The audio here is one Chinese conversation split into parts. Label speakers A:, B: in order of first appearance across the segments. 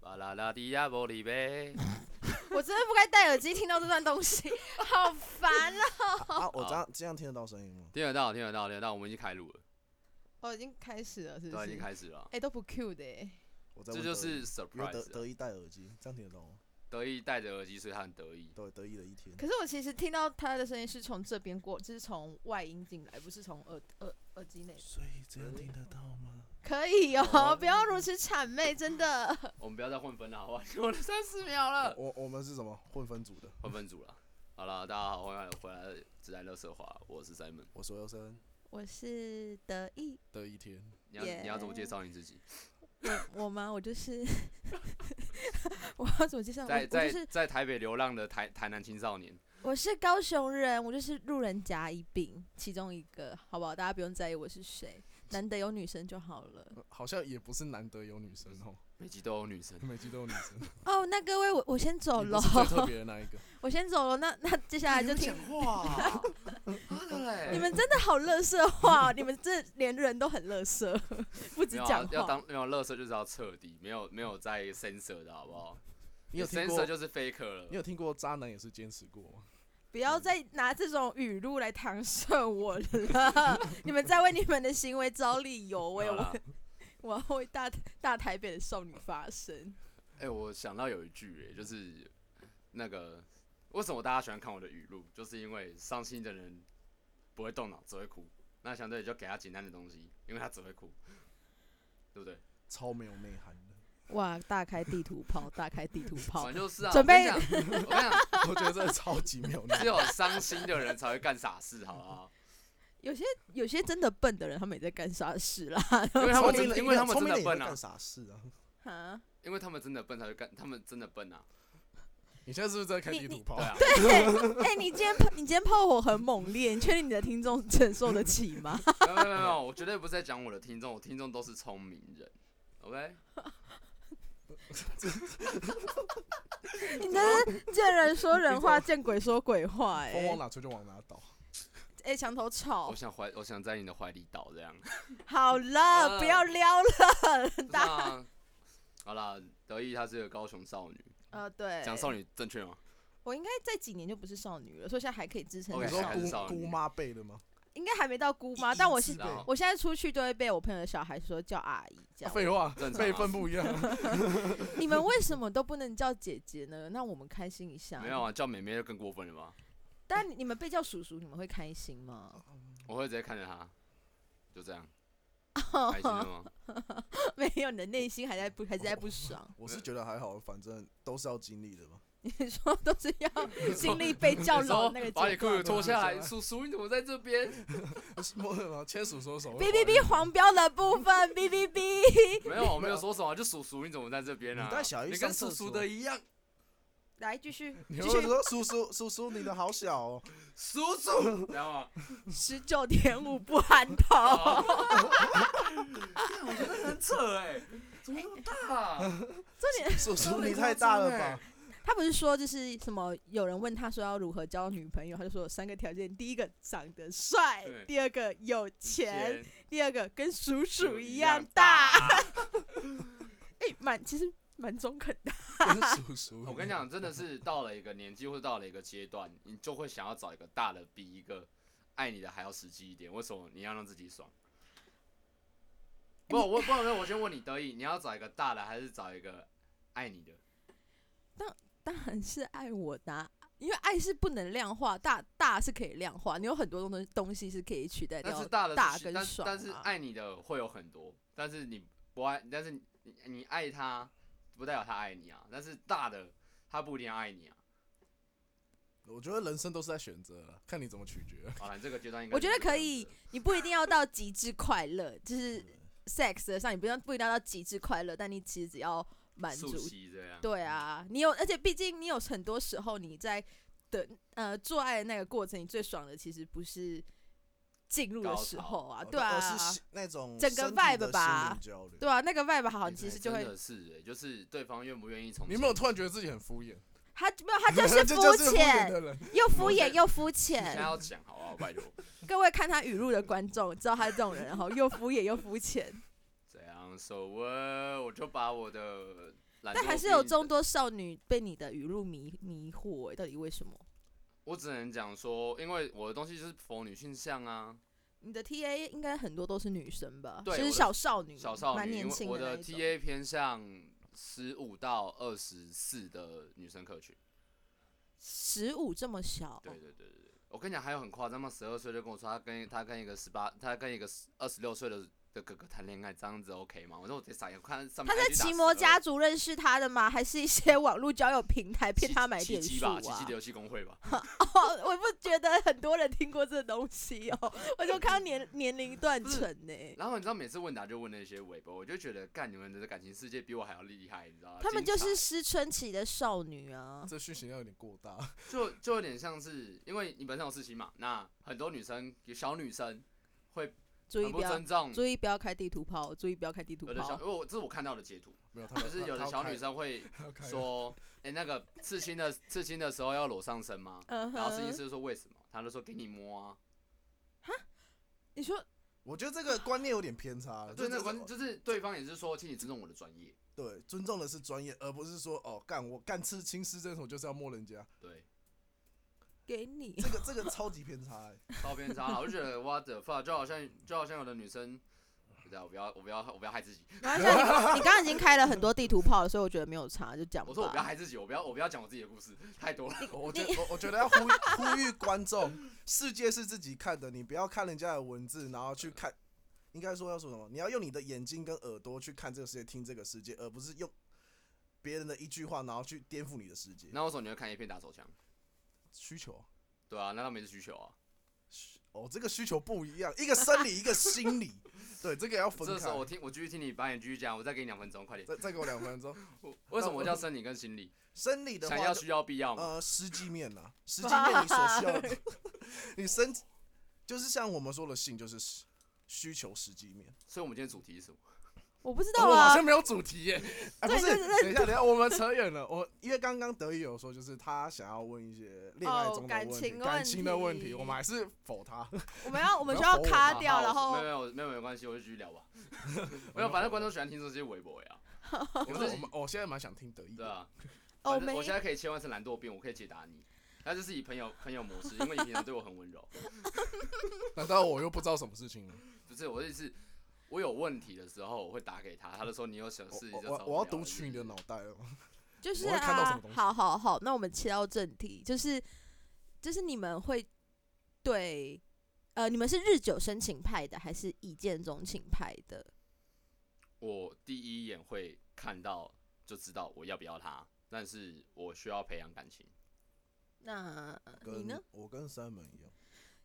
A: 巴啊拉拉迪亚波里呗，
B: 我真的不该戴耳机听到这段东西， 好烦啊！
C: 啊，我
A: 好
C: 这样这样听得到声音吗？
A: 听得到，听得到，听得到，我们已经开录了，
B: 哦，已经开始了，是不
A: 对，
B: 是？
A: 已经开始了啊，
B: 哎、都不 Q 的哎，
C: 我在
A: 这
C: 问
A: 就
C: 德
A: 是
C: 意因为德
A: surprise 啊。
C: 德意戴耳机，这样听得到吗？
A: 得意戴着耳机，所以他很得意。
C: 对，德意的一天。
B: 可是我其实听到他的声音是从这边过，就是从外音进来，不是从耳耳耳机内。
C: 所以这样听得到吗？
B: 可以哦，
A: 哦
B: 不要如此谄媚，真的。
A: 我们不要再混分了，好 吧？我了三十秒了，
C: 我我们是什么混分组的？
A: 混分组了。好了，大家好，欢迎回来《自然乐色话》，我是 Simon。
C: 我说要生
B: 我是得意，
C: 德一天，
A: 你要
B: Yeah 嗯
A: 你要怎么介绍你自己？
B: 我吗？我就是， 我要怎么介绍？我
A: 在
B: 我
A: 在
B: 就是
A: 在台北流浪的台台南青少年，
B: 我是高雄人，我就是路人甲乙丙其中一个，好不好？大家不用在意我是谁，难得有女生就好了。
C: 呃好像也不是难得有女生哦，
A: 每集都有女生。
C: 每集都有女生，
B: 哦，那各位，我我先走
C: 你
B: 了
C: 不，是最特别的那一 个。
B: 我先走了。那那接下来就听
A: 讲话 啊，妈的嘞！
B: 你们真的好 乐色话哦，你们这连人都很乐色，不止
A: 没有啊
B: 讲
A: 要
B: 话。
A: 当没有乐色就是要彻底，没有没有在 sensor 的好不好？
C: 你有听
A: sensor
C: 过？
A: 就是 faker 了
C: 你。有听过渣男也是坚持过吗？
A: 嗯
B: 不要再拿这种语录来搪塞我了， 你们在为你们的行为找理由。我
A: 没
B: 也
A: 有
B: 我
A: 啦
B: 我要为大大台北的少女发声。
A: 哎、我想到有一句、哎，就是那个为什么大家喜欢看我的语录，就是因为伤心的人不会动脑，只会哭。那相对就给他简单的东西，因为他只会哭，对不对？
C: 超没有内涵的，
B: 哇，大开地图炮，大开地图炮
A: 反。正就是啊。
B: 准备
A: 我跟你讲，我跟你讲，
C: 我觉得真的超级没有
A: 只
C: 内涵。
A: 有伤心的人才会干傻事，好不好？
B: 有些有些真的笨的人，他们也在干傻事啦。
A: 因为他
C: 聪
A: 们真
C: 明的，
A: 的，因为他们真
C: 聪明的
A: 的
C: 也会
A: 笨啊
C: 干，傻事啊！
B: 啊，
A: 因为他们真的笨才会干，他们真的笨啊，
C: 你现在是不是在开地图炮
A: 对？啊。
B: 哎、你今天 你今天炮火很猛烈，你确定你的听众承受得起吗？
A: 没有没有没有没有，我绝对不是在讲我的听众，我听众都是聪明人，OK？
B: 你真是见人说人 话，见鬼说鬼话、
C: 风
B: 哎
C: 往哪吹就往哪倒。
B: 哎、墙头草
A: 我，想怀，我想在你的怀里倒这样。
B: 好了，
A: 呃
B: 不要撩了。
A: 那好啦，德意她是个高雄少女，
B: 呃，对，
A: 讲少女正确吗？
B: 我应该在几年就不是少女了，所以现在还可以支撑
A: OK，
C: 你
B: 少
C: 说
A: 还
B: 女
A: 是少
C: 姑
A: 女
C: 姑妈辈的吗？
B: 应该还没到姑妈，但我现
A: 然后
B: 我现在出去都会被我朋友的小孩说叫阿姨这
C: 啊
B: 样。
C: 废话，
A: 正常啊
C: 辈分不一样。
B: 你们为什么都不能叫姐姐呢？让我们开心一下。
A: 没有啊，叫妹妹就更过分了吧？
B: 但你们被叫叔叔，你们会开心吗？
A: 我会直接看着她，就这样，
B: 哦
A: 开心啊了吗？
B: 没有，你的内心还在不还是在不爽。
C: 我是觉得还好，反正都是要经历的嘛。
B: 你说都是 要经历被叫老那个
A: 你说把你
B: 阶
A: 裤子
B: 段。
A: 脱下
B: 啊
A: 来，叔叔你怎么在这边？
C: 摸什么牵手说手
B: B B B 黄标的部分，B B B，
A: 没有，我没有说什么，就叔叔你怎么在这边啊？
C: 你带小姨
A: 你跟
C: 上厕
A: 叔
C: 所
A: 叔的一样，
B: 来继 续
C: 你
B: 继
C: 会
B: 续，
C: 说叔叔叔叔你的好小哦，
A: 叔叔，知道 吗？
B: 十九点五不含 头，
A: 我觉得很扯哎，怎么那么大啊？
B: 重点
C: 叔叔你太大了
A: 真
B: 哎
A: 的很夸张
C: 吧？
B: 他不是说就是什么？有人问他说要如何交女朋友，他就说有三个条件：第一个长得帅
A: 对，
B: 第二个有钱，
A: 钱
B: 第二个跟叔叔一样大。
A: 大。
B: 哎，蛮其实蛮中肯的。
C: 跟叔叔一 样，
A: 我跟你讲，真的是到了一个年纪，或者到了一个阶段，你就会想要找一个大的比一个爱你的还要实际一点。为什么你要让自己爽？不，我不没有，我先问你，德意，你要找一个大的还是找一个爱你的？
B: 当然是爱我的啊、因为爱是不能量化，大大是可以量化，你有很多东东西是可以取代
A: 但
B: 掉
A: 是大的
B: 大
A: 是
B: 跟
A: 但是
B: 爽、啊
A: 但是爱你的会有很多，但是你不爱，但是你你你爱他，不代表他爱你啊。但是大的他不一定要爱你啊。
C: 我觉得人生都是在选择啦，看你怎么取
B: 啊
C: 决。
A: 好了，你这个阶段应该
B: 我觉得
A: 是这样
B: 可以
A: 子的，
B: 你不一定要到极致快乐，就是 sex 的上，你不用不一定要到极致快乐，但你其实只要满足
A: 素。汐这样。
B: 对啊，你有，而且毕竟你有很多时候你在的呃做爱的那个过程，你最爽的其实不是进入的
A: 高
B: 时
A: 潮
B: 候啊，
C: 哦
B: 对啊，
C: 而是那种
B: 整个
C: 身体
B: vibe
C: 的
B: 吧
C: 心灵交流
B: 对啊，那个 vibe 好，
A: 你
B: 其
A: 还
B: 实就会
A: 真的是、欸，就是对方愿不愿意从
C: 你有没有突然觉得自己很敷衍？
B: 他没有，他啊就是
C: 这
B: 肤
C: 是敷衍
B: 浅，
C: 的人，
B: 又敷衍又肤
A: 你现在
B: 浅。
A: 要讲好不好？拜托，
B: 各位看他语录的观众知道他是这种人，然后又敷衍又肤浅。
A: 啊怎样手温，我就把我的懒
B: 但
A: 惰
B: 还是有
A: 逼
B: 众多少女被你的语录迷迷惑、欸，到底为什么？
A: 我只能讲说，因为我的东西就是否女性向啊，
B: 你的 T A 应该很多都是女生吧？
A: 对我
B: 就是
A: 的
B: 小少女，
A: 小少
B: 蛮
A: 女，因
B: 年
A: 为
B: 轻
A: 我
B: 那
A: 的
B: 一种
A: T A 偏向十五到二十四的女生客群。
B: 十五这么小，哦
A: 对对对对对，我跟你讲，还有很夸张，他十二岁就跟我说他跟他跟一个十八，他跟一个二十六岁的的哥哥谈恋爱，这样子 OK 吗？我说我直接傻眼，我看上面
B: 他在
A: IG 打
B: 奇摩
A: 12
B: 家族认识他的吗？还是一些网络交友平台骗他买
A: 七
B: 点
A: 七
B: 数
A: 吧，
B: 啊？
A: 七七的游戏公会吧。
B: 哦， 我不觉得很多人听过这东西哦，我就看到年年龄断层欸呢。
A: 然后你知道每次问答就问那些微博，我就觉得干你们的感情世界比我还要厉害，你知道吗？
B: 他们
A: 啊精
B: 就
A: 彩
B: 是思春期的少女啊，
C: 这讯息量有点过大，
A: 就就有点像是，因为你本身有事情嘛，那很多女生小女生会
B: 注意
A: 很
B: 不
A: 不
B: 要
A: 尊重
B: 注意不要开地图炮，注意不要开地图
A: 有的小，
B: 炮
A: 因。为我这是我看到的截 图，
C: 没有，他
A: 就是有的小女生会
C: 说
A: 说，哎，那个刺青的刺青的时候要裸上身吗？
B: 嗯
A: 然后刺青
B: 哼，
A: 师说为什么？他就说给你摸啊，
B: 你说
C: 我觉得这个观念有点偏差，
A: 对，那
C: 啊这
A: 关就是对方也是说，请你尊重我的专业，
C: 对尊重的是专业，而不是说哦干我干吃青师这种就是要摸人家，
A: 对，
B: 给你
C: 这个这个超级偏差 欸，
A: 超偏差了，我就觉得 what the fuck，就好像就好像有的女生，不知道，我不要我不要我不要害自己，
B: 没关系啊，你你刚刚已经开了很多地图炮了，所以我觉得没有差，就讲吧。
A: 我说我不要害自己，我不要我不要讲我自己的故事，太多 了，
C: 我我觉得我我觉得要呼吁呼吁观众，世界是自己看的，你不要看人家的文字，然后去看，应该说要说什么？你要用你的眼睛跟耳朵去看这个世界，听这个世界，而不是用别人的一句话，然后去颠覆你的世界。
A: 那为什么你会看 A 片打手枪？
C: 需求
A: 对啊，那他们也是需求啊。
C: 哦，这个需求不一样，一个生理，一个 心理，对，这个要分
A: 这时
C: 开
A: 候。我听，我继续听你把你继续讲，我再给你两分钟，快点。
C: 再再给我两分钟，
A: 我为什么我叫生理跟心理？
C: 生理的
A: 想
C: 话
A: 要
C: 就，
A: 需要必要吗？
C: 呃，实际面呐、实际面你所需要的， 你身就是像我们说的性，就是需需求实际面。
A: 所以我们今天主题是什么？
B: 我不知
C: 哦
B: 道
C: 我好
B: 啊
C: 像，没有主题 耶、哎、不
B: 对
C: 是，
B: 对对
C: 等一下，等一下，我们扯远了。我因为刚刚德语有说，就是他想要问一些恋爱中的问
B: 哦感
C: 题、感
B: 情问
C: 情的问
B: 题
C: 题，我们还是 否他。
B: 我们要我们
C: 不
B: 需
C: 要
B: 要
C: 吼我
B: 卡
A: 啊
B: 掉，
A: 好
B: 然
A: 没有
B: 后
A: 没有没有没有关系，我就继续聊 吧。没有，反正观众喜欢听这些微博呀。
C: 我
A: 我们自己
C: 们我现在蛮想听德语
A: 对
C: 的。
A: 啊，
B: 哦
A: 反
B: 没
A: 正我现在可以切换成懒惰病，我可以解答你。那就是以朋友朋友模式，因为你平常对我很温柔。
C: 难道我又不知道什么事情了？
A: 不是，我的意思是，我有问题的时候我会打给他，他就说你有什么
C: 我
A: 事
C: 我
A: 就
C: 我
A: 找
C: 我要
A: 聊
C: 读取你的。
A: 是
C: 脑
A: 不是
C: 袋了吗。
B: 就是
C: 我会看到什
B: 啊
C: 么东，西
B: 好好好，那我们切到正题，就是就是你们会对呃，你们是日久生情派的，还是一见钟情派的？
A: 我第一眼会看到就知道我要不要他，但是我需要培养感情。
B: 那呃你呢
C: 跟？我跟三门一样，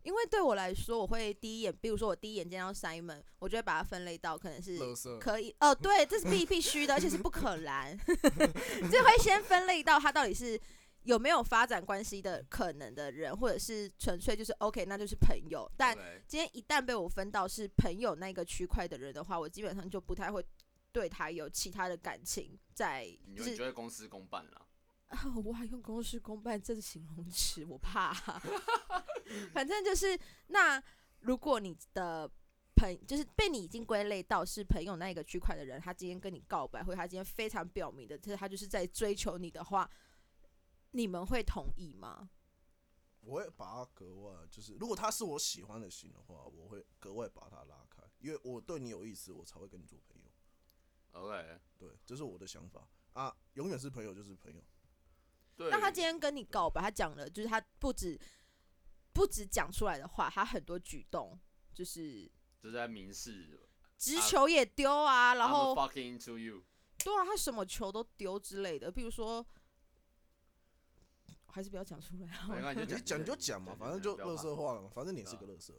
B: 因为对我来说，我会第一眼，比如说我第一眼见到 Simon，我就会把它分类到可能是
C: 乐色。
B: 可以哦，对，这是必必须的，而且是不可 燃，就会先分类到他到底是有没有发展关系的可能的人，或者是纯粹就是 OK，那就是朋友。但
A: OK
B: 今天一旦被我分到是朋友那个区块的人的话，我基本上就不太会对他有其他的感情在，
A: 你
B: 就
A: 就你
B: 是
A: 就会公事公办啦。
B: 啊， 我还用公事公办这个形容词， 我怕、反正就是那如果你的朋就是被你已经归类到是朋友那一个区块的人，他今天跟你告白，或者他今天非常表明的，就是他就是在追求你的话，你们会同意吗？
C: 我会把它格外，就是如果他是我喜欢的型的话，我会格外把它拉开，因为我对你有意思，我才会跟你做朋友。
A: OK，
C: 对，这是我的想法啊，永远是朋友就是朋友。
A: 对。
B: 那他今天跟你告白，他讲了，就是他不止不止讲出来的话，他很多举动就是
A: 就是在明示，
B: 直球也丢啊，然
A: I'm
B: 后
A: fucking into you，
B: 对啊，他什么球都丢之类的，比如说。还是不要讲出来好
A: 没
B: 了，
A: 关系，
C: 你讲就讲嘛，反正就乐色
A: 色。
C: 化了嘛，反正你也是个乐色，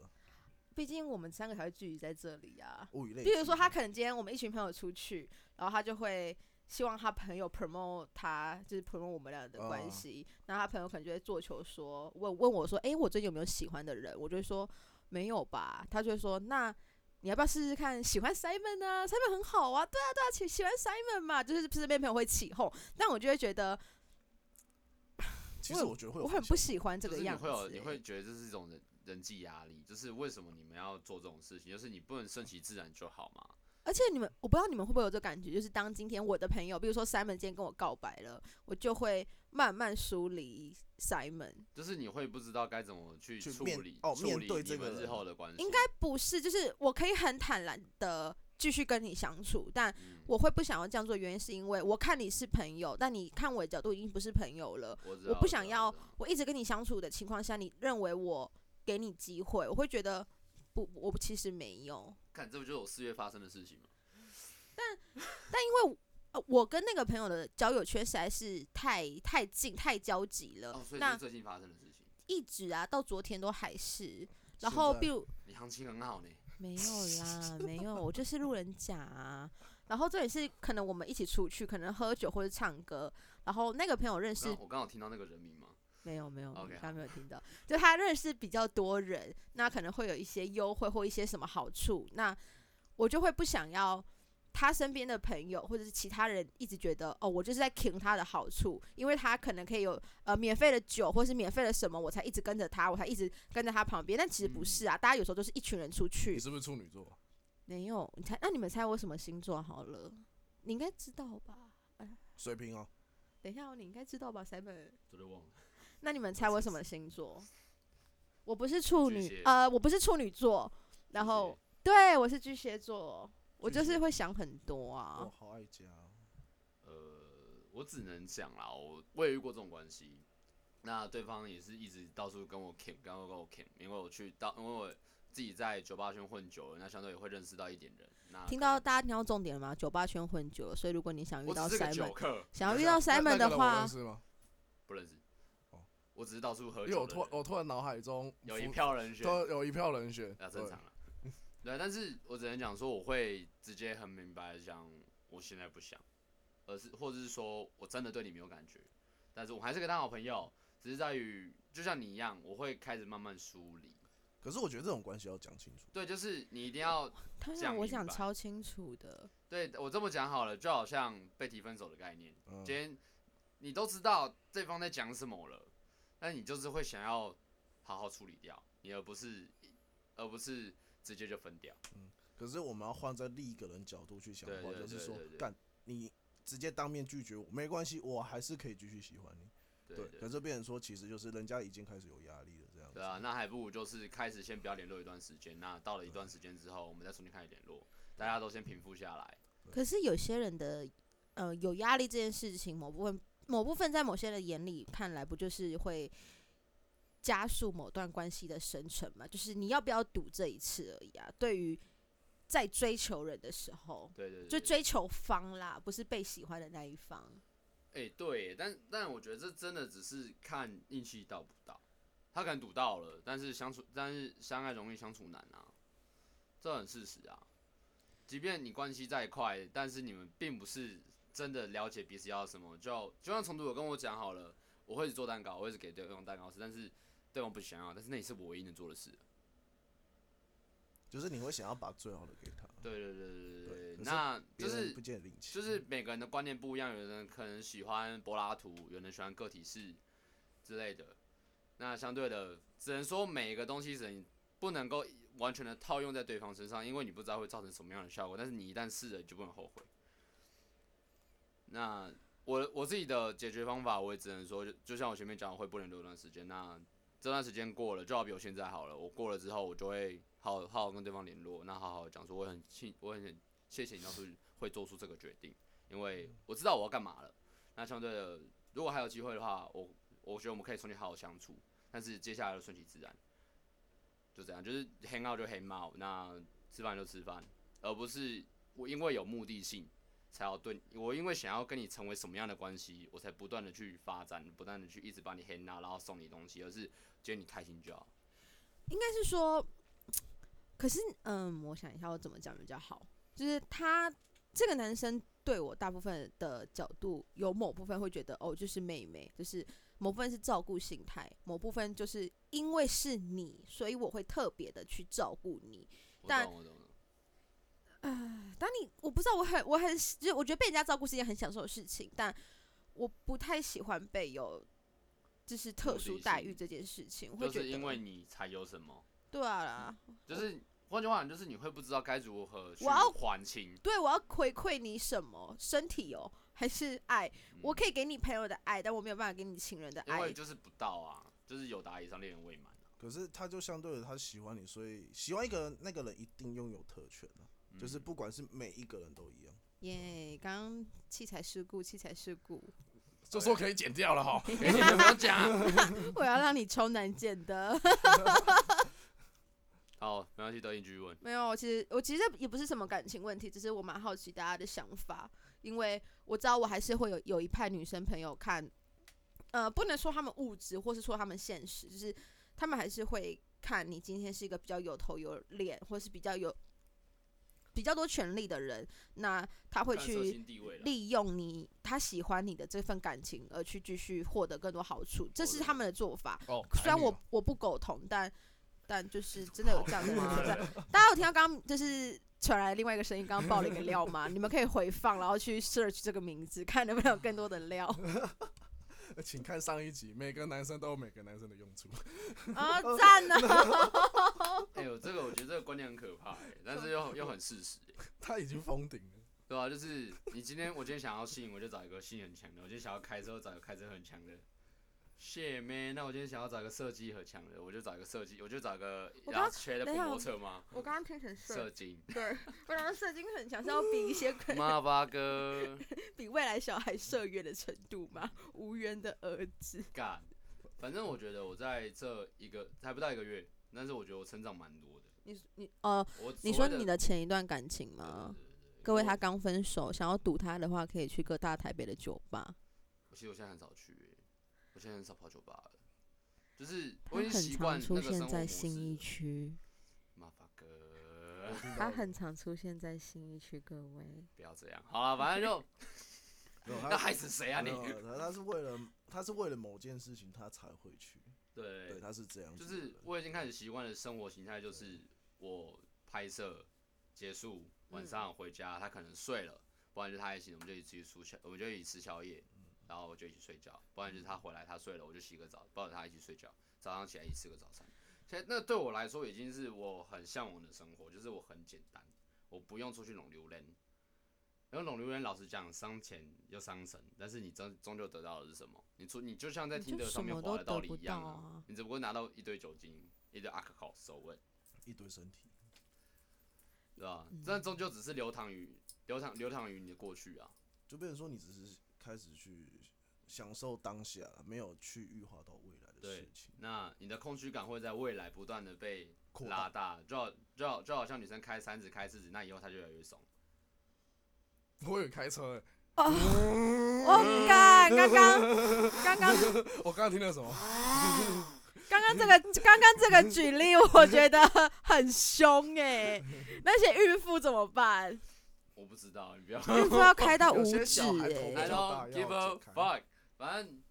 B: 毕竟我们三个才会聚集在这里啊。
C: 物以类聚。
B: 比如说，他可能今天我们一群朋友出去，然后他就会希望他朋友 promote 他，就是 promote 我们俩的关
C: 嗯
B: 系。那、他朋友可能就会做球说，问问我说，诶，我最近有没有喜欢的人？我就会说没有吧。他就会说，那你要不要试试看喜欢 Simon 啊？Simon 很好啊，对啊对啊，喜喜欢 Simon 嘛，就是身边朋友会起哄，但我就会觉得
C: 其实我觉得会有
B: 我很
C: 反
B: 不
C: 效
B: 喜欢这
A: 就
B: 个
A: 是你
B: 样子、欸
A: 会有，你
B: 诶
A: 会觉得这是一种人人际压力，就是为什么你们要做这种事情？就是你不能顺其自然就好嘛。
B: 而且你们，我不知道你们会不会有这感觉，就是当今天我的朋友，比如说 Simon 今天跟我告白了，我就会慢慢疏离 Simon。
A: 就是你会不知道该怎么去
C: 去
A: 处
C: 面
A: 理
C: 哦
A: 处
C: 面
A: 理
C: 对
A: 你
C: 这
A: 们
C: 个
A: 日后的关系，
B: 应该不是，就是我可以很坦然的继续跟你相处，但
A: 嗯
B: 我会不想要这样做，原因是因为我看你是朋友，但你看我的角度已经不是朋友了。
A: 我知
B: 我
A: 道
B: 不
A: 知
B: 想
A: 道
B: 要
A: 知道
B: 我一直跟你相处的情况下，你认为我给你机会，我会觉得不，我其实没有。
A: 看，这不就是我四月发生的事情吗？
B: 但因为呃我跟那个朋友的交友圈实在是太太近、太交集了，
A: 哦，所以这
B: 那
A: 是最近发生的事情。
B: 一直啊到昨天都还是。
C: 现
B: 然后，
C: 在
B: 比如
A: 你行情很好呢，
B: 没有啦，没有，我就是路人甲、啊。然后这也是可能我们一起出去，可能喝酒或者唱歌。然后那个朋友认识
A: 刚我刚好听到那个人名吗？
B: 没有没有，
A: OK，
B: 刚刚没有听到。就他认识比较多人，那可能会有一些优惠或一些什么好处，那我就会不想要他身边的朋友或者是其他人一直觉得哦，我就是在听他的好处，因为他可能可以有呃免费的酒或是免费的什么，我才一直跟着他，我才一直跟在他旁边。但其实不是啊，大家有时候都是一群人出
C: 你
B: 去，
C: 是不是处女座？
B: 没有你猜，那你们猜我什么星座好了？你应该知道吧？
C: 水瓶哦，
B: 等一下、哦，你应该知道吧，Simon。
A: 这就忘了。
B: 那你们猜我什么星座？我不是处
A: 巨
B: 女
A: 蟹，
B: 呃，我不是处女座，然后对我是巨蟹座，我
C: 巨
B: 就是
C: 蟹
B: 会想很多
C: 我
B: 啊。
C: 好爱家哦。
A: 呃，我只能讲啦，我我也遇过这种关系。那对方也是一直到处跟我 k 刚刚跟我 k 因为我去到，因为我自己在酒吧圈混久了，那相对也会认识到一点人。那
B: 听
A: 可能
B: 到大家听到重点了吗？酒吧圈混久了，所以如果你想遇
A: 我
B: 到
A: 只是个酒
B: Simon，
A: 客，
B: 想要
C: 等一
B: 遇
C: 下
B: 到
C: 那
B: Simon
C: 那个
B: 的
C: 人我
B: 话
C: 认，识吗？
A: 不认识。
C: 哦
A: 我只是到处喝
C: 因为我
A: 酒
C: 突
A: 的人，
C: 我突然脑海中
A: 有一
C: 浮
A: 票人选，
C: 都有一票人选，
A: 那
C: 对
A: 正常了。对，但是我只能讲说，我会直接很明白的讲，我现在不想，而是或者是说我真的对你没有感觉，但是我还是跟他好朋友，只是在于就像你一样，我会开始慢慢梳理。
C: 可是我觉得这种关系要讲清楚。
A: 对，就是你一定要
B: 他
A: 这样
B: 让我
A: 明
B: 想
A: 白
B: 超清楚的。
A: 对我这么讲好了，就好像被提分手的概念，
C: 嗯
A: 今，天你都知道对方在讲什么了，但你就是会想要好好处理掉，你而不是而不是直接就分掉。
C: 可是我们要换在另一个人角度去想的话，
A: 对对
C: 就是说
A: 对对，对
C: 干你直接当面拒绝我没关系，我还是可以继续喜欢你。
A: 对
C: 对，可是变成说，其实就是人家已经开始有压力了，这样子。
A: 对啊，那还不如就是开始先不要联络一段时间，那到了一段时间之后，我们再重新开始联络，大家都先平复下来。
B: 可是有些人的，呃，有压力这件事情，某部分某部分在某些人眼里看来，不就是会加速某段关系的生成嘛？就是你要不要赌这一次而已啊？对于在追求人的时候，
A: 对对对，
B: 就
A: 对，
B: 追求方啦，不是被喜欢的那一方。
A: 哎、对耶，但但我觉得这真的只是看运气到不到，他可能赌到了，但是相处，但是相爱容易相处难啊，这很事实啊。即便你关系再快，但是你们并不是真的了解彼此要什么。就就像重读有跟我讲好了，我会一直做蛋糕，我会一直给对方蛋糕吃，但是对方不想要，但是那也是我唯一能做的事。
C: 就是你会想要把最好的给他，
A: 对对对对
C: 对
A: 对
C: 可是
A: 对，那
C: 别
A: 就
C: 人
A: 是
C: 不见得领
A: 就
C: 情。
A: 是每个人的观念不一样，有人可能喜欢柏拉图，有人喜欢个体式之类的。那相对的，只能说每个东西只能不能够完全的套用在对方身上，因为你不知道会造成什么样的效果。但是你一旦试了，你就不能后悔。那我我自己的解决方法，我也只能说，就就像我前面讲，我会不能留一段时间。那这段时间过了，就好比我现在好了，我过了之后，我就会好好好跟对方联络，那好好地讲说，我很庆，我很谢谢你当初会做出这个决定，因为我知道我要干嘛了。那相对的，如果还有机会的话，我我觉得我们可以重新好好相处，但是接下来就顺其自然，就这样，就是 hang out 就 hang out，那吃饭就吃饭，而不是我因为有目的性才要对你我因为想要跟你成为什么样的关系，我才不断的去发展，不断的去一直把你 hang out，然后送你东西，而是觉得你开心就好。
B: 应该是说，可是嗯，我想一下我怎么讲比较好。就是他这个男生对我大部分的角度，有某部分会觉得哦，就是妹妹，就是某部分是照顾心态，某部分就是因为是你，所以我会特别哦的去照顾你。
A: 我
B: 但
A: 懂，我懂。我懂
B: 当你我不知道，我很我很就是我觉得被人家照顾是一件很享受的事情，但我不太喜欢被有就是特
A: 目的
B: 殊待
A: 性
B: 遇这件事情，我会
A: 就
B: 觉得
A: 是因为你才有什么，
B: 对啊啦，
A: 就是换句话讲，就是你会不知道该如何去
B: 我要
A: 还清。
B: 对我要回馈你什么？身体哦，还是爱？我可以给你朋友的爱，但我没有办法给你情人的
A: 因为
B: 爱。
A: 就是不到啊，就是有达以上恋人未满、啊、
C: 可是他就相对的，他喜欢你，所以喜欢一个人，那个人一定拥有特权啊，就是
A: 嗯
C: 不 管是每一个人都一样。
B: 耶，刚刚器材事故，器材事故，
A: 这时候
C: 可以剪掉了哈。
A: 哎你们不要讲。
B: 我要让你超难剪的。
A: 好，没关系，都一句问。
B: 没有，其实我其实也不是什么感情问题，只是我蛮好奇大家的想法，因为我知道我还是会有有一派女生朋友看，呃，不能说他们物质，或是说他们现实，就是他们还是会看你今天是一个比较有头有脸，或是比较有比较多权利的人，那他会
A: 看社
B: 去
A: 经地位了，
B: 利用你他喜欢你的这份感情，而去继续获得更多好处，这是他们的做法。
D: 哦，
B: 虽然我我不苟同，但但就是真的有这样的人
A: 妈
B: 存在
A: 的。
B: 大家有听到刚刚就是传来另外一个声音，刚刚爆了一个料吗？你们可以回放，然后去 search 这个名字，看能不能有更多的料
C: 哎请看上一集，每个男生都有每个男生的用处。
B: 啊！赞呢、
A: 哎呦，这个我觉得这个观念很可怕、欸，但是又又很事实、欸，
C: 他已经封顶了，
A: 对吧、就是你今天我今天想要性，我就找一个性很强的；我今天想要开车，我找一个开车很强的。Shit man，那我今天想要找一个设计很强的，我就找一个设计，我就找一个
B: 我
A: 然后
B: 刚
A: 缺的
B: 等一下
A: 摩托车吗？
B: 我刚刚听成
A: 射精，
B: 对，我想说射精很强是要比一些
A: 妈巴哥
B: 比未来小孩射月的程度吗？无缘的儿子，
A: 干，反正我觉得我在这一个还不到一个月，但是我觉得我成长蛮多的。
B: 你你呃，
A: 我
B: 你
A: 所
B: 说
A: 谓呃
B: 你的呃前一段感情吗？各位，他刚分手，想要堵他的话，可以去各大台北的酒吧。
A: 我其实我现在很少去、欸，我现在很少跑酒吧了，就是
B: 他
A: 我已
B: 很
A: 经习惯
B: 常
A: 那个
B: 出
A: 生
B: 现
A: 活
B: 在
A: 模
B: 新
A: 式
B: 一
A: 了。
B: 区，
A: 麻烦哥，
B: 他很常出现在新一区，各位。
A: 不要这样。好了，反正 就
C: 没有
A: 那
C: 他
A: 害死谁啊
C: 没
A: 你？
C: 有他他是为了他是为了某件事情他才会去，对，
A: 对，
C: 他是这样
A: 就
C: 子的
A: 是
C: 人，
A: 我已经开始习惯了生活形态，就是我拍摄结束，
B: 嗯
A: 晚上回家，他可能睡了，不然就是他一醒，我们就一起吃宵，我们就一起吃宵夜，
C: 嗯
A: 然后我就一起睡觉，不然就是他回来他睡了，我就洗个澡，抱着他一起睡觉，早上起来一起吃个早餐。现在那对我来说已经是我很向往的生活，就是我很简单，我不用出去拢榴莲。然后拢榴莲，老实讲，伤钱又伤神，但是你终终究得到的是什么？你出你就像在
B: 你就
A: 听的上面
B: 什么
A: 滑
B: 都
A: 的道
B: 得
A: 理
B: 不
A: 一样
B: 到啊
A: 你只不过拿到一堆酒精、一堆阿可口手问，
C: 一堆身体。
A: 对吧？
C: 嗯
A: 但终究只是流淌于流淌流淌于你的过去啊。
C: 就变成说你只是开始去享受当下，没有去预化到未来的
A: 对
C: 事情。
A: 那你的空虚感会在未来不断的被
C: 扩
A: 拉大，就好就好就好像女生开三十、开四十，那以后她就越来越怂。
D: 我有开车欸，
B: 哦，干，刚刚，刚刚，
D: 我刚刚听到什么？
B: 刚刚这个，刚刚这个举例，我觉得很凶哎、那些孕妇怎么办？
A: 我不知 道，你不要。
B: 孕妇要开到五
C: 有
B: 指
C: 些小孩头
B: 哎、
A: I
C: 比较大
A: don't give
C: 要
A: a
C: 解开
A: fuck，反正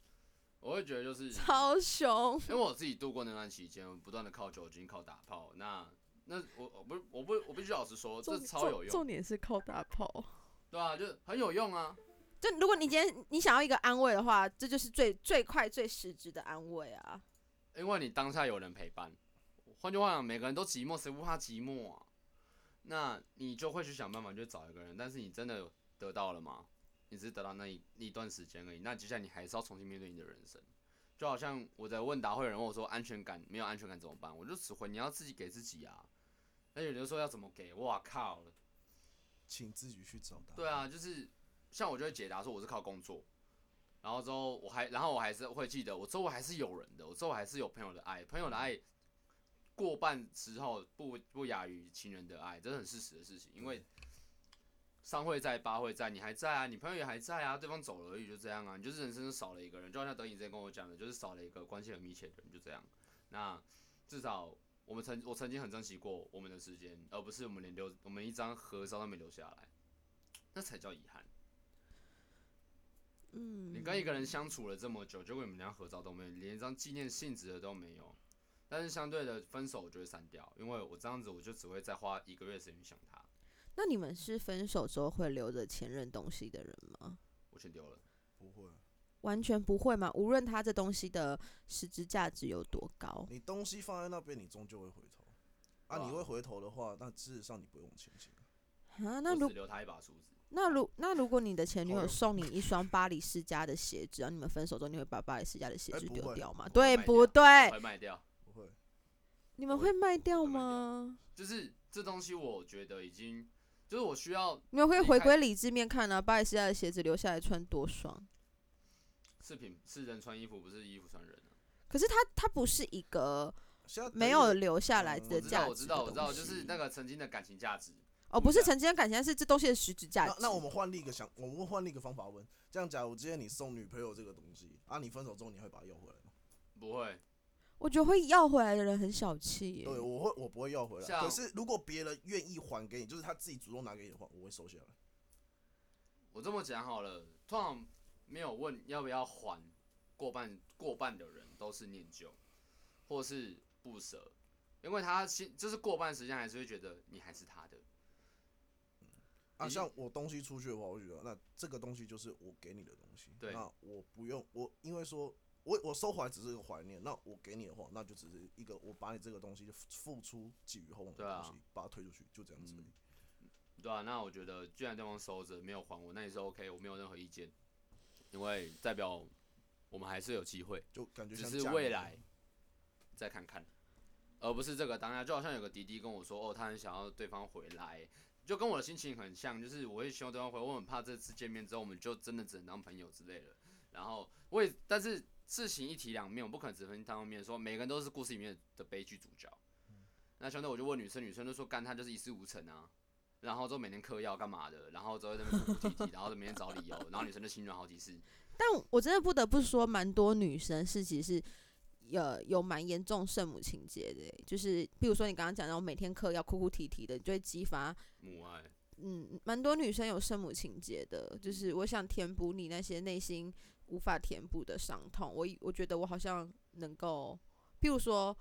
A: 我会觉得 就是
B: 超凶。
A: 因为我自己度过那段期间，我不断的靠酒精、靠打炮，那那我我不我不我必须老实说，这超有用，
B: 点是靠打炮。
A: 对啊，就是很有用啊。
B: 就如果你今天你想要一个安慰的话，这就是最最快最实质的安慰啊！
A: 因为你当下有人陪伴。换句话讲，每个人都寂寞，谁不怕寂寞啊？那你就会去想办法去找一个人，但是你真的得到了吗？你只是得到那一那一段时间而已。那接下来你还是要重新面对你的人生。就好像我在问答会，有人问我说安全感没有安全感怎么办？我就只回你要自己给自己啊。那有人说要怎么给？哇靠！
C: 请自己去找答案。
A: 对啊，就是像我就会解答说我是靠工作，然后之后我还，然后我还是会记得我周围还是有人的，我周围还是有朋友的爱，朋友的爱过半之后不不亚于情人的爱，这是很事实的事情，因为商会在，八会在，你还在啊，你朋友也还在啊，对方走了而已，就这样啊，你就是人生就少了一个人，就好像德影之前跟我讲的，就是少了一个关系很密切的人，就这样。那至少我们曾我曾经很珍惜过我们的时间，而不是我们连留我们一张合照都没留下来。那才叫遗憾。
B: 嗯，
A: 你跟一个人相处了这么久，结果你们连合照都没有，连一张纪念性质的都没有。但是相对的，分手我就会删掉，因为我这样子我就只会再花一个月时间去想他。
B: 那你们是分手之后会留着前任东西的人吗？
A: 我全丢了，
C: 不会，啊
B: 完全不会嘛，无论他这东西的实质价值有多高，
C: 你东西放在那边，你终究会回头。啊，
A: 对啊
C: 你会回头的话，那事实上你不会往前行。
B: 啊，那
A: 我
B: 如
A: 只留他一把梳子，
B: 那如那如果你的前女
C: 好
B: 友
C: 用
B: 送你一双巴黎世家的鞋子，然后你们分手之后，你会把巴黎世家的鞋
C: 哎
B: 子
C: 不
B: 丢
C: 会
B: 掉吗？
A: 我
B: 对
A: 会卖
B: 不
A: 掉我
B: 对？
A: 会卖掉。
C: 不会，
B: 你们
A: 我会
B: 会卖掉
A: 我会卖掉
B: 吗？
A: 就是这东西，我觉得已经，就是我需要
B: 你们会
A: 离
B: 回
A: 开
B: 归理智面看啊，巴黎世家的鞋子留下来穿多爽。
A: 是品是人穿衣服，不是衣服穿人啊、
B: 可是它它不是一个
C: 现在
B: 没有留下来
C: 嗯
B: 的
A: 我知道，
B: 价
A: 我
B: 值
A: 知
B: 的
A: 道，我知道，
B: 东
A: 就是
B: 西
A: 那个曾经的感情价值。
B: 哦，不是
A: 物价
B: 曾经的感情，是这东西的实质价值
C: 那。那我们换另一个想，我们换另一个方法问。这样假如今天你送女朋友这个东西啊，你分手之后你会把它要回来吗？
A: 不会，
B: 我觉得会要回来的人很小气耶。
C: 对，我会，我不会要回来。
A: 像
C: 可是如果别人愿意还给你，就是他自己主动拿给你的话，我会收下来。
A: 我这么讲好了，通常没有问要不要还，过半过半的人都是念旧，或是不舍，因为他心就是过半时间还是会觉得你还是他的。
C: 啊，
A: 你
C: 像我东西出去的话，我就觉得那这个东西就是我给你的东西，
A: 对
C: 那我不用我，因为说我我收回来只是一个怀念，那我给你的话，那就只是一个我把你这个东西就付出寄予厚望的
A: 对啊嗯
C: 东西，把它推出去，就这样子而已。
A: 对啊，那我觉得既然对方收着没有还我，那也是 OK，我没有任何意见，因为代表我们还是有机会，
C: 就感觉
A: 只
C: 像
A: 是
C: 嫁
A: 未
C: 人
A: 来再看看，而不是这个当下。就好像有个弟弟跟我说，哦，他很想要对方回来，就跟我的心情很像，就是我也希望对方回，我很怕这次见面之后我们就真的只能当朋友之类的。然后我也，但是事情一体两面，我不可能只分单方面说，每个人都是故事里面的悲剧主角。那相对我就问女生，女生就说干他就是一事无成啊，然后之后每天嗑药干嘛的，然后之后在那边哭哭啼啼，然后每天找理由，然后女生就心软好几次。
B: 但我真的不得不说，蛮多女生是其实有有蛮严重圣母情节的耶，就是比如说你刚刚讲到每天嗑药哭哭啼啼的，就会激发
A: 母爱，
B: 嗯，蛮多女生有圣母情节的，就是我想填补你那些内心无法填补的伤痛。我以我觉得我好像能够，譬如说，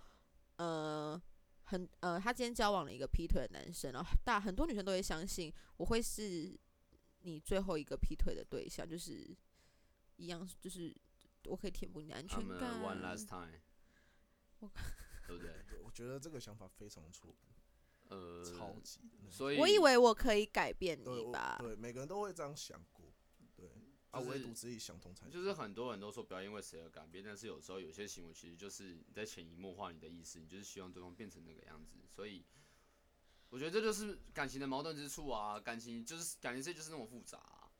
B: 呃，很呃，他今天交往了一个劈腿的男生，然后大很多女生都会相信我会是你最后一个劈腿的对象，就是一样，就是我可以填补你的安全
A: 他们
B: 感。
A: one last time，
B: 我
A: 对不对？
C: 对我觉得这个想法非常错误，
A: 呃，
C: 超级的那种。
A: 所以
B: 我以为我可以改变
C: 对
B: 你
C: 我
B: 吧，
C: 对，每个人都会这样想过，对啊，
A: 就是
C: 唯独自己想通才
A: 啊就是很多人都说不要因为谁而改变，但是有时候有些行为其实就是你在潜移默化你的意思，你就是希望对方变成那个样子，所以我觉得这就是感情的矛盾之处啊，感情就是感情这就是那么复杂啊、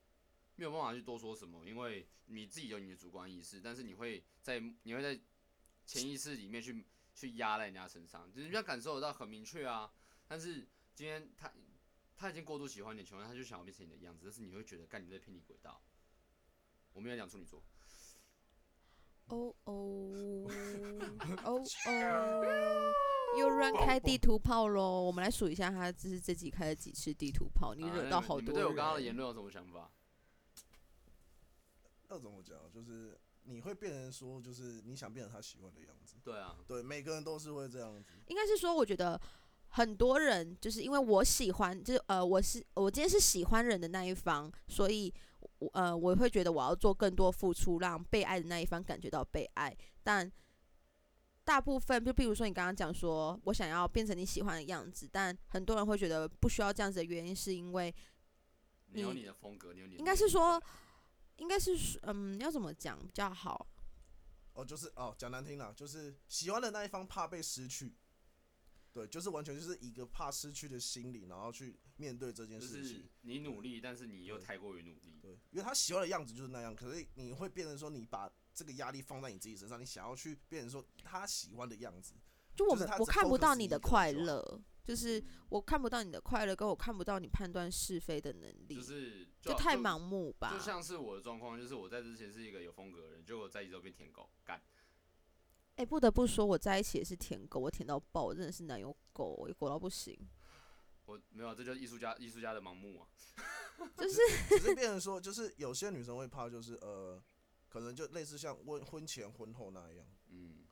A: 没有办法去多说什么，因为你自己有你的主观意识，但是你会在你会在潜意识里面去去压在人家身上，就是人家感受得到很明确啊，但是今天他他已经过度喜欢你的情况下，他就想要变成你的样子，但是你会觉得干你在偏离轨道。我没有讲处女座。
B: 哦 哦哦 哦，又乱开地图炮喽！我们来数一下，他这是这集开了几次地图炮，你
A: 啊
B: 惹
A: 那
B: 到
A: 们
B: 好
A: 你
B: 多
A: 们对我刚刚的
B: 人
A: 言论有什么想法？
C: 要怎么讲，就是你会变成说，就是你想变成他喜欢的样子。
A: 对啊，
C: 对，每个人都是会这样子。
B: 应该是说，我觉得很多人就是因为我喜欢，就是呃，我是我今天是喜欢人的那一方，所以我呃我会觉得我要做更多付出，让被爱的那一方感觉到被爱。但大部分就比如说你刚刚讲说我想要变成你喜欢的样子，但很多人会觉得不需要这样子的原因，是因为
A: 你有
B: 你
A: 你的风格，你有你的
B: 应该
A: 魅
B: 是
A: 力
B: 说
A: 在，
B: 应该是说嗯要怎么讲比较好？
C: 哦，就是哦，讲难听啦，就是喜欢的那一方怕被失去，对，就是完全就是一个怕失去的心理，然后去面对这件
A: 就
C: 事
A: 是
C: 情。
A: 你努力，但是你又
C: 对
A: 太过于努力。
C: 对，因为他喜欢的样子就是那样，可是你会变成说，你把这个压力放在你自己身上，你想要去变成说他喜欢的样子。
B: 就我
C: 就是
B: 们
C: 他
B: 我
C: 只
B: 看不
C: focus
B: 到你
C: 一
B: 的
C: 个就
B: 快
C: 好
B: 乐，就是
A: 嗯
B: 我看不到你的快乐，跟我看不到你判断是非的能力，
A: 就是
B: 就
A: 好
B: 太盲目吧
A: 就。像是我的状况，就是我在之前是一个有风格的人，结果在一周变舔狗，干。
B: 哎、不得不说，我在一起也是舔狗，我舔到爆，我真的是男友狗，我狗到不行。
A: 我没有啊，这就是艺术家艺术家的盲目啊。
B: 就是
C: 只是变成说，就是有些女生会怕，就是呃，可能就类似像婚婚前婚后那样，
A: 嗯，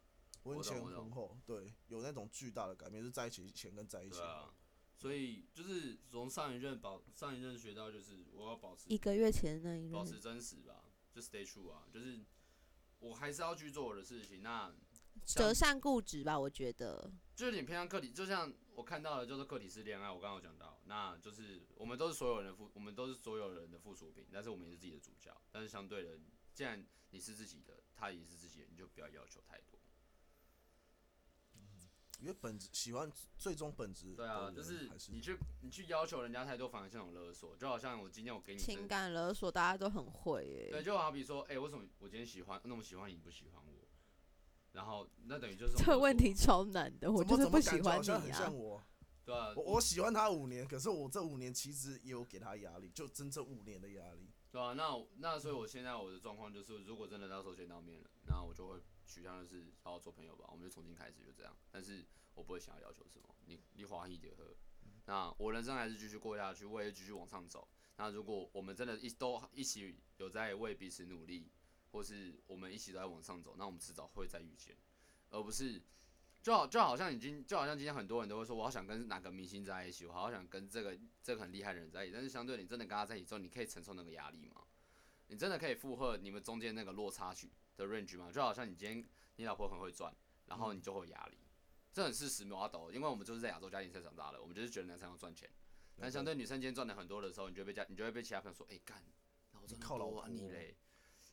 C: 婚
A: 我懂
C: 前
A: 我懂
C: 婚后，对，有那种巨大的改变，就是在一起前跟在一起
A: 对
C: 后。
A: 啊。所以就是从上一任保上一任学到，就是我要保持
B: 一个月前的那一
A: 保
B: 任
A: 持，真实吧，就 stay true 啊，就是我还是要去做我的事情。那
B: 折善固执吧，我觉得。
A: 就有点偏向课题，就像我看到的，就是课题式恋爱，我刚刚有讲到，那就是我们都是所有人的附，我们都是所有人的附属品，但是我们也是自己的主角。但是相对的，既然你是自己的，他也是自己的，你就不要要求太多。
C: 因为本质喜欢最终本质的
A: 对啊，就
C: 人
A: 是
C: 还是
A: 你去你去要求人家太多，反而是一种勒索。就好像我今天我给你
B: 情
A: 真，
B: 感勒索大家都很会
A: 嗯对，
B: 耶，
A: 就好比说，哎、为什么我今天喜欢那么喜欢你，你不喜欢我？然后那等于就是
B: 这个
A: 种
B: 问
A: 勒索
B: 题，超难的，我
C: 怎
B: 就
C: 么
B: 是
C: 怎么
B: 不喜
C: 感觉
B: 欢
C: 好像
B: 你
C: 很
B: 啊
C: 像。我，
A: 对啊，
C: 我我喜欢他五年，可是我这五年其实也有给他压力，就真正五年的压力。
A: 对啊，那我那所以我现在我的状况就是，如果真的到时候见到面了，那我就会取向就是好好做朋友吧，我们就重新开始，就这样。但是我不会想要要求什么，你你华裔的喝。那我人生还是继续过下去，我也继续往上走。那如果我们真的一都一起有在为彼此努力，或是我们一起都在往上走，那我们迟早会再遇见，而不是就好就好像已经就好像今天很多人都会说，我好想跟哪个明星在一起，我好想跟这个这个很厉害的人在一起。但是相对你真的跟他在一起之后，你可以承受那个压力吗？你真的可以负荷你们中间那个落差去的 range 吗？就好像你今天你老婆很会赚，然后你就会有压力，这很事实没法抖，因为我们就是在亚洲家庭生长大的，我们就是觉得男生要赚钱，但相对女生今天赚的很多的时候，你就会被家你就会被其他朋友说，哎、干，那我赚的
C: 靠老
A: 多啊你
C: 婆
A: 嘞。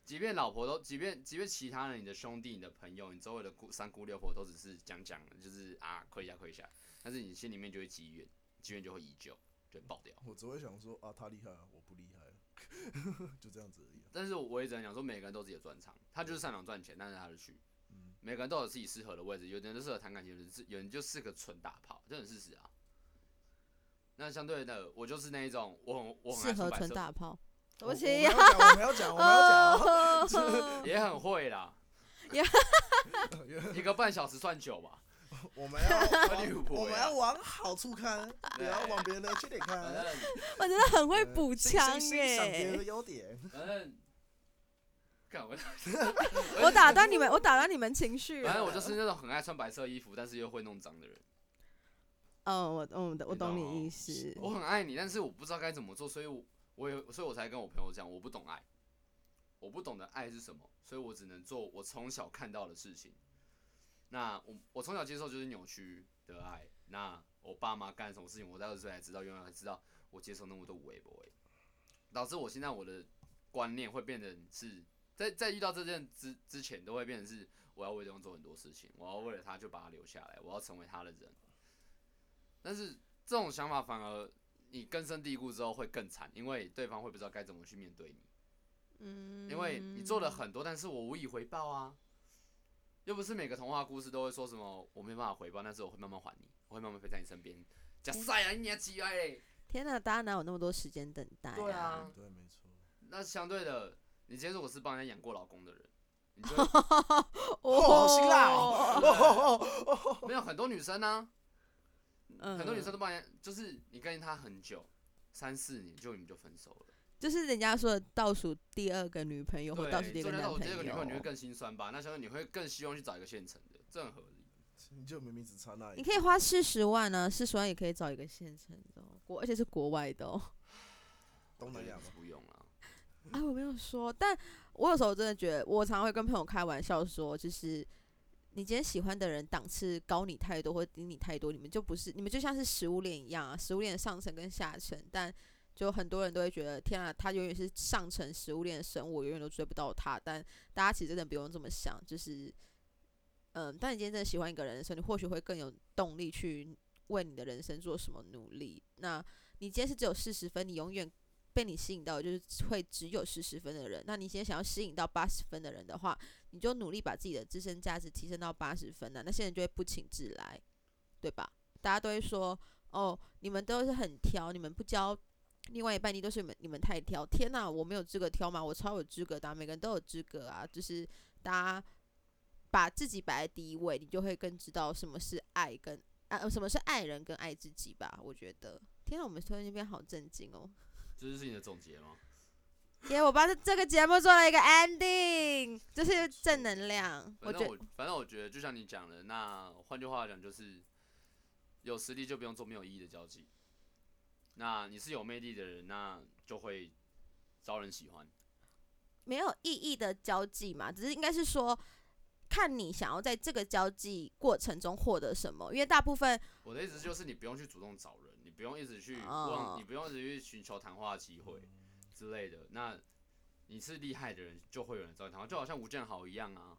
A: 即便老婆都，即便即便其他人，你的兄弟、你的朋友、你周围的姑三姑六婆都只是讲讲，就是啊亏一下亏一下，但是你心里面就会积怨，积怨就会依旧，就会爆掉。
C: 我只会想说啊，他厉害啊，我不厉害，就这样子而已啊、
A: 但是我也只能讲说，每个人都有自己的专长，他就是擅长赚钱，但是他的去，
C: 嗯
A: 每个人都有自己适合的位置，有的人就适合谈感情，有人是有人就是个纯打炮，这很事实啊。那相对的，我就是那一种，我很我很
B: 适
A: 爱
B: 合
A: 出版
B: 纯
A: 社，
B: 打炮，对
C: 我
B: 不
C: 我
B: 起
C: 没有，讲，我没有讲，我没有讲哦。
B: 哦
A: 也很会啦，一个半小时算久吧。
C: 我们要
A: 利物
C: 往
A: 浦
C: 我们
A: 呀
C: 要往好处看， 不
A: 对
C: 要往别人的缺点
A: 反
C: 看，
A: 正
B: 我真的 很会
C: 嗯
B: 补
C: 欣
B: 枪
C: 欣欣赏别人
B: 耶
C: 的。优点。
A: 反正，干 我，
B: 我打断你们，我打断你们情绪了。
A: 反正我就是那种很爱穿白色衣服，但是又会弄脏的人。
B: 嗯，我我我
A: 你懂
B: 懂
A: 哦
B: 你意思。
A: 我很爱你，但是我不知道该怎么做，所以我我也所以我才跟我朋友讲，我不懂爱，我不懂得爱是什么，所以我只能做我从小看到的事情。那我我从小接受就是扭曲的爱，那我爸妈干什么事情，我在二十岁才知道，原来才知道我接受那么多无微不微，导致我现在我的观念会变成是在在遇到这件之之前都会变成是我要为对方做很多事情，我要为了他就把他留下来，我要成为他的人。但是这种想法反而你根深蒂固之后会更惨，因为对方会不知道该怎么去面对你，
B: 嗯，
A: 因为你做了很多，但是我无以回报啊。又不是每个童话故事都会说什么我没办法回报，但是我会慢慢还你，我会慢慢陪在你身边。假赛啊，你也起来嘞。
B: 天哪，大家哪有那么多时间等待？
A: 对 啊，
C: 对，没错。
A: 那相对的，你今天如果是帮人家养过老公的人，你就
C: 哦，好辛辣哦！哦哦哦哦
A: 没有很多女生呢、
B: 嗯
A: 很多女生都帮人，就是你跟她很久，三四年就你们就分手了。
B: 就是人家说的倒数第二个女朋友或
A: 对，
B: 倒数第二
A: 做
B: 个
A: 得
B: 男
A: 到我
B: 朋
A: 觉得这个女朋友你会
B: 友，
A: 更心酸吧？那相对你会更希望去找一个现成的，这很合理。
C: 你就明明只差那一
B: 你，可以花四十万呢、啊，四十万也可以找一个现成的哦、国而且是国外的哦。
C: 东南亚嘛，
A: 不用了，
B: 哎，我没有说，但我有时候真的觉得，我常常会跟朋友开玩笑说，就是你今天喜欢的人档次高你太多，或低你太多，你们就不是，你们就像是食物链一样啊，食物链的上层跟下层，但就很多人都会觉得，天啊，他永远是上层食物链的神，我永远都追不到他。但大家其实真的不用这么想，就是，嗯，当你今天真的喜欢一个人的时候，你或许会更有动力去为你的人生做什么努力。那你今天是只有四十分，你永远被你吸引到的就是会只有四十分的人。那你现在想要吸引到八十分的人的话，你就努力把自己的自身价值提升到八十分了、啊那些人就会不请自来，对吧？大家都会说，哦，你们都是很挑，你们不教另外一半，你都是你们你们太挑。天哪，我没有资格挑吗？我超有资格的啊、每个人都有资格啊。就是大家把自己摆在第一位，你就会更知道什么是爱跟啊、呃什么是爱人跟爱自己吧。我觉得，天哪，我们突然间变好震惊哦。
A: 这就是你的总结吗？
B: 耶！我帮这这个节目做了一个 ending，这是正能量。我
A: 反
B: 觉
A: 正
B: 得
A: 我反正我觉得，就像你讲的，那换句话讲就是，有实力就不用做没有意义的交际。那你是有魅力的人，那就会招人喜欢。
B: 没有意义的交际嘛，只是应该是说看你想要在这个交际过程中获得什么，因为大部分
A: 我的意思就是你不用去主动找人，你不用一直去
C: 啊
B: 哦
A: 望，你不用一直去寻求谈话机会之类的。那你是厉害的人，就会有人找你谈话，就好像吴建豪一样啊。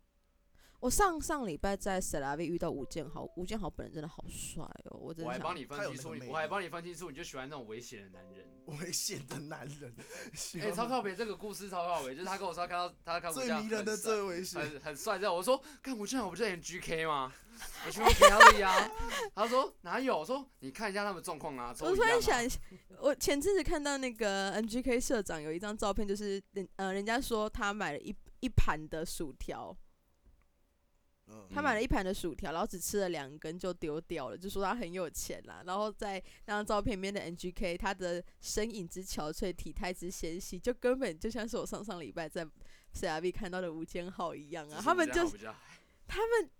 B: 我上上礼拜在 c e l a v i 遇到吴建豪，吴建豪本人真的好帅哦，我真
A: 我还
B: 的
A: 帮
B: 想
A: 你分
C: 啊他有
A: 析
C: 那
A: 出
C: 个
A: 你，
C: 魅
A: 我还
C: 力
A: 帮你分析出，你就喜欢那种危险的男人。
C: 危险的男人，喜
A: 哎，
C: 欢
A: 曹靠北这个故事超靠北，就是他跟我说他看到他看
C: 最迷人
A: 这
C: 的最危险，
A: 很很帅之后，我说看吴建豪不是演 GK 吗？我去问其他的呀。他说哪有？我说你看一下他们状况啊。
B: 我突然想
A: 一，，
B: 我前阵子看到那个 NGK 社长有一张照片，就是人呃，人家说他买了一一盘的薯条，
C: 嗯，
B: 他买了一盘的薯条，然后只吃了两根就丢掉了，就说他很有钱啦。然后在那张照片里面的 NGK，他的身影之憔悴，体态之纤细，就根本就像是我上上礼拜在 CRV 看到的吴建豪一样啊。他们就是
A: 比较
B: 他们，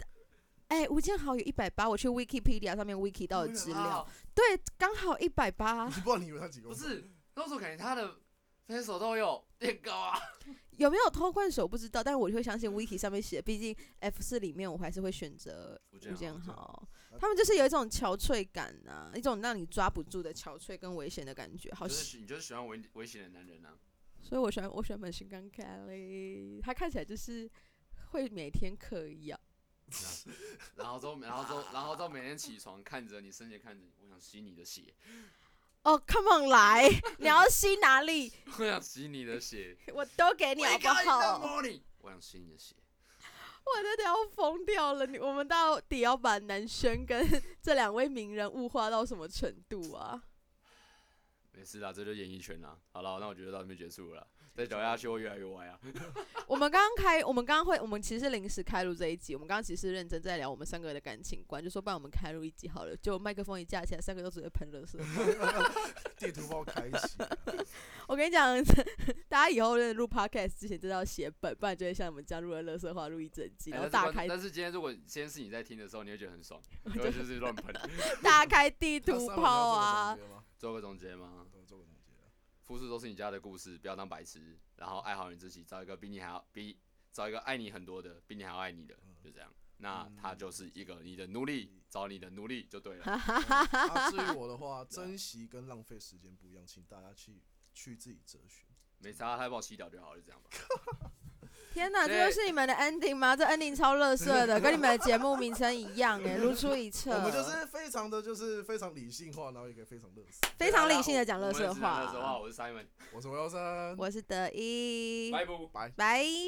B: 哎、吴建豪有一百八，我去 Wikipedia 上面 Wiki 到的资料，
A: 啊
B: 对，刚好一百八
C: 你。不知道你以为他几公
A: 不
C: 分？
A: 是，那时候感觉他的分手都有变高啊。
B: 有没有偷换手不知道，但我就会相信 Wiki 上面写，毕竟 F 四里面我还是会选择
A: 吴建
B: 吴
A: 豪
B: 建豪
C: 对。
B: 他们就是有一种憔悴感呐、一种让你抓不住的憔悴跟危险的感觉，好
A: 就
B: 喜。
A: 是你就是喜欢危危险的男人啊。
B: 所以我喜欢我喜欢本身刚凯莉，他看起来就是会每天嗑药。
A: 然后之后，然后之后，然后之后每天起床看着你，深夜看着你，我想吸你的血，
B: 哦、c o m e on 来，你要吸哪里，
A: 我想吸你的血。
B: 我都给你好
A: Wake
B: 不
A: up in
B: 好？
A: the morning，我想吸你的血。
B: 我真的要疯掉了！你我们到底要把男生跟这两位名人物化到什么程度啊？
A: 没事啦，这就是演艺圈啦。好了，那我觉得到这边结束了啦，再聊下去会越来越歪 啊。
B: 我们刚刚开，我们刚刚会，我们其实是临时开录这一集，我们刚刚其实是认真在聊我们三个的感情观，就说不然我们开录一集好了。就麦克风一架起来，三个都只会喷热水。
C: 地图包 开启，
B: 我跟你讲，大家以后在录 podcast 之前真的要写本，不然就会像我们这样录了热色话录一整集，
A: 哎
B: 然后
A: 但是
B: 大
A: 观
B: 开
A: 但是今天如果今天是你在听的时候，你会觉得很 爽，因为就是乱喷。
B: 大开地
C: 那
B: 图
C: 三文你要做个
B: 炮啊
C: 总！结吗
A: 做个总结吗？
C: 对做个总结
A: 复述都是你家的故事，不要当白痴，然后爱好你自己，找一个比你还要比找一个爱你很多的，比你还要爱你的，
B: 嗯
A: 就这样。那他就是一个你的奴隶，找你的奴隶就对了。
C: 嗯啊至于我的话，
A: 对啊
C: 珍惜跟浪费时间不一样，请大家去去自己哲学。
A: 没差，他把我吸掉就好，就这样吧。
B: 天哪，这就是你们的 ending 吗？这 ending 超乐色的，跟你们的节目名称一样哎，如出一辙。
C: 我们就是非常的，就是非常理性化，然后也可以非常乐死。
B: 非常理性的讲乐
A: 色
B: 色
A: 乐色话，
B: 话。
A: 我是 Simon，
D: 我是我幺三，
B: 我是德一，
A: 拜拜。
B: 拜。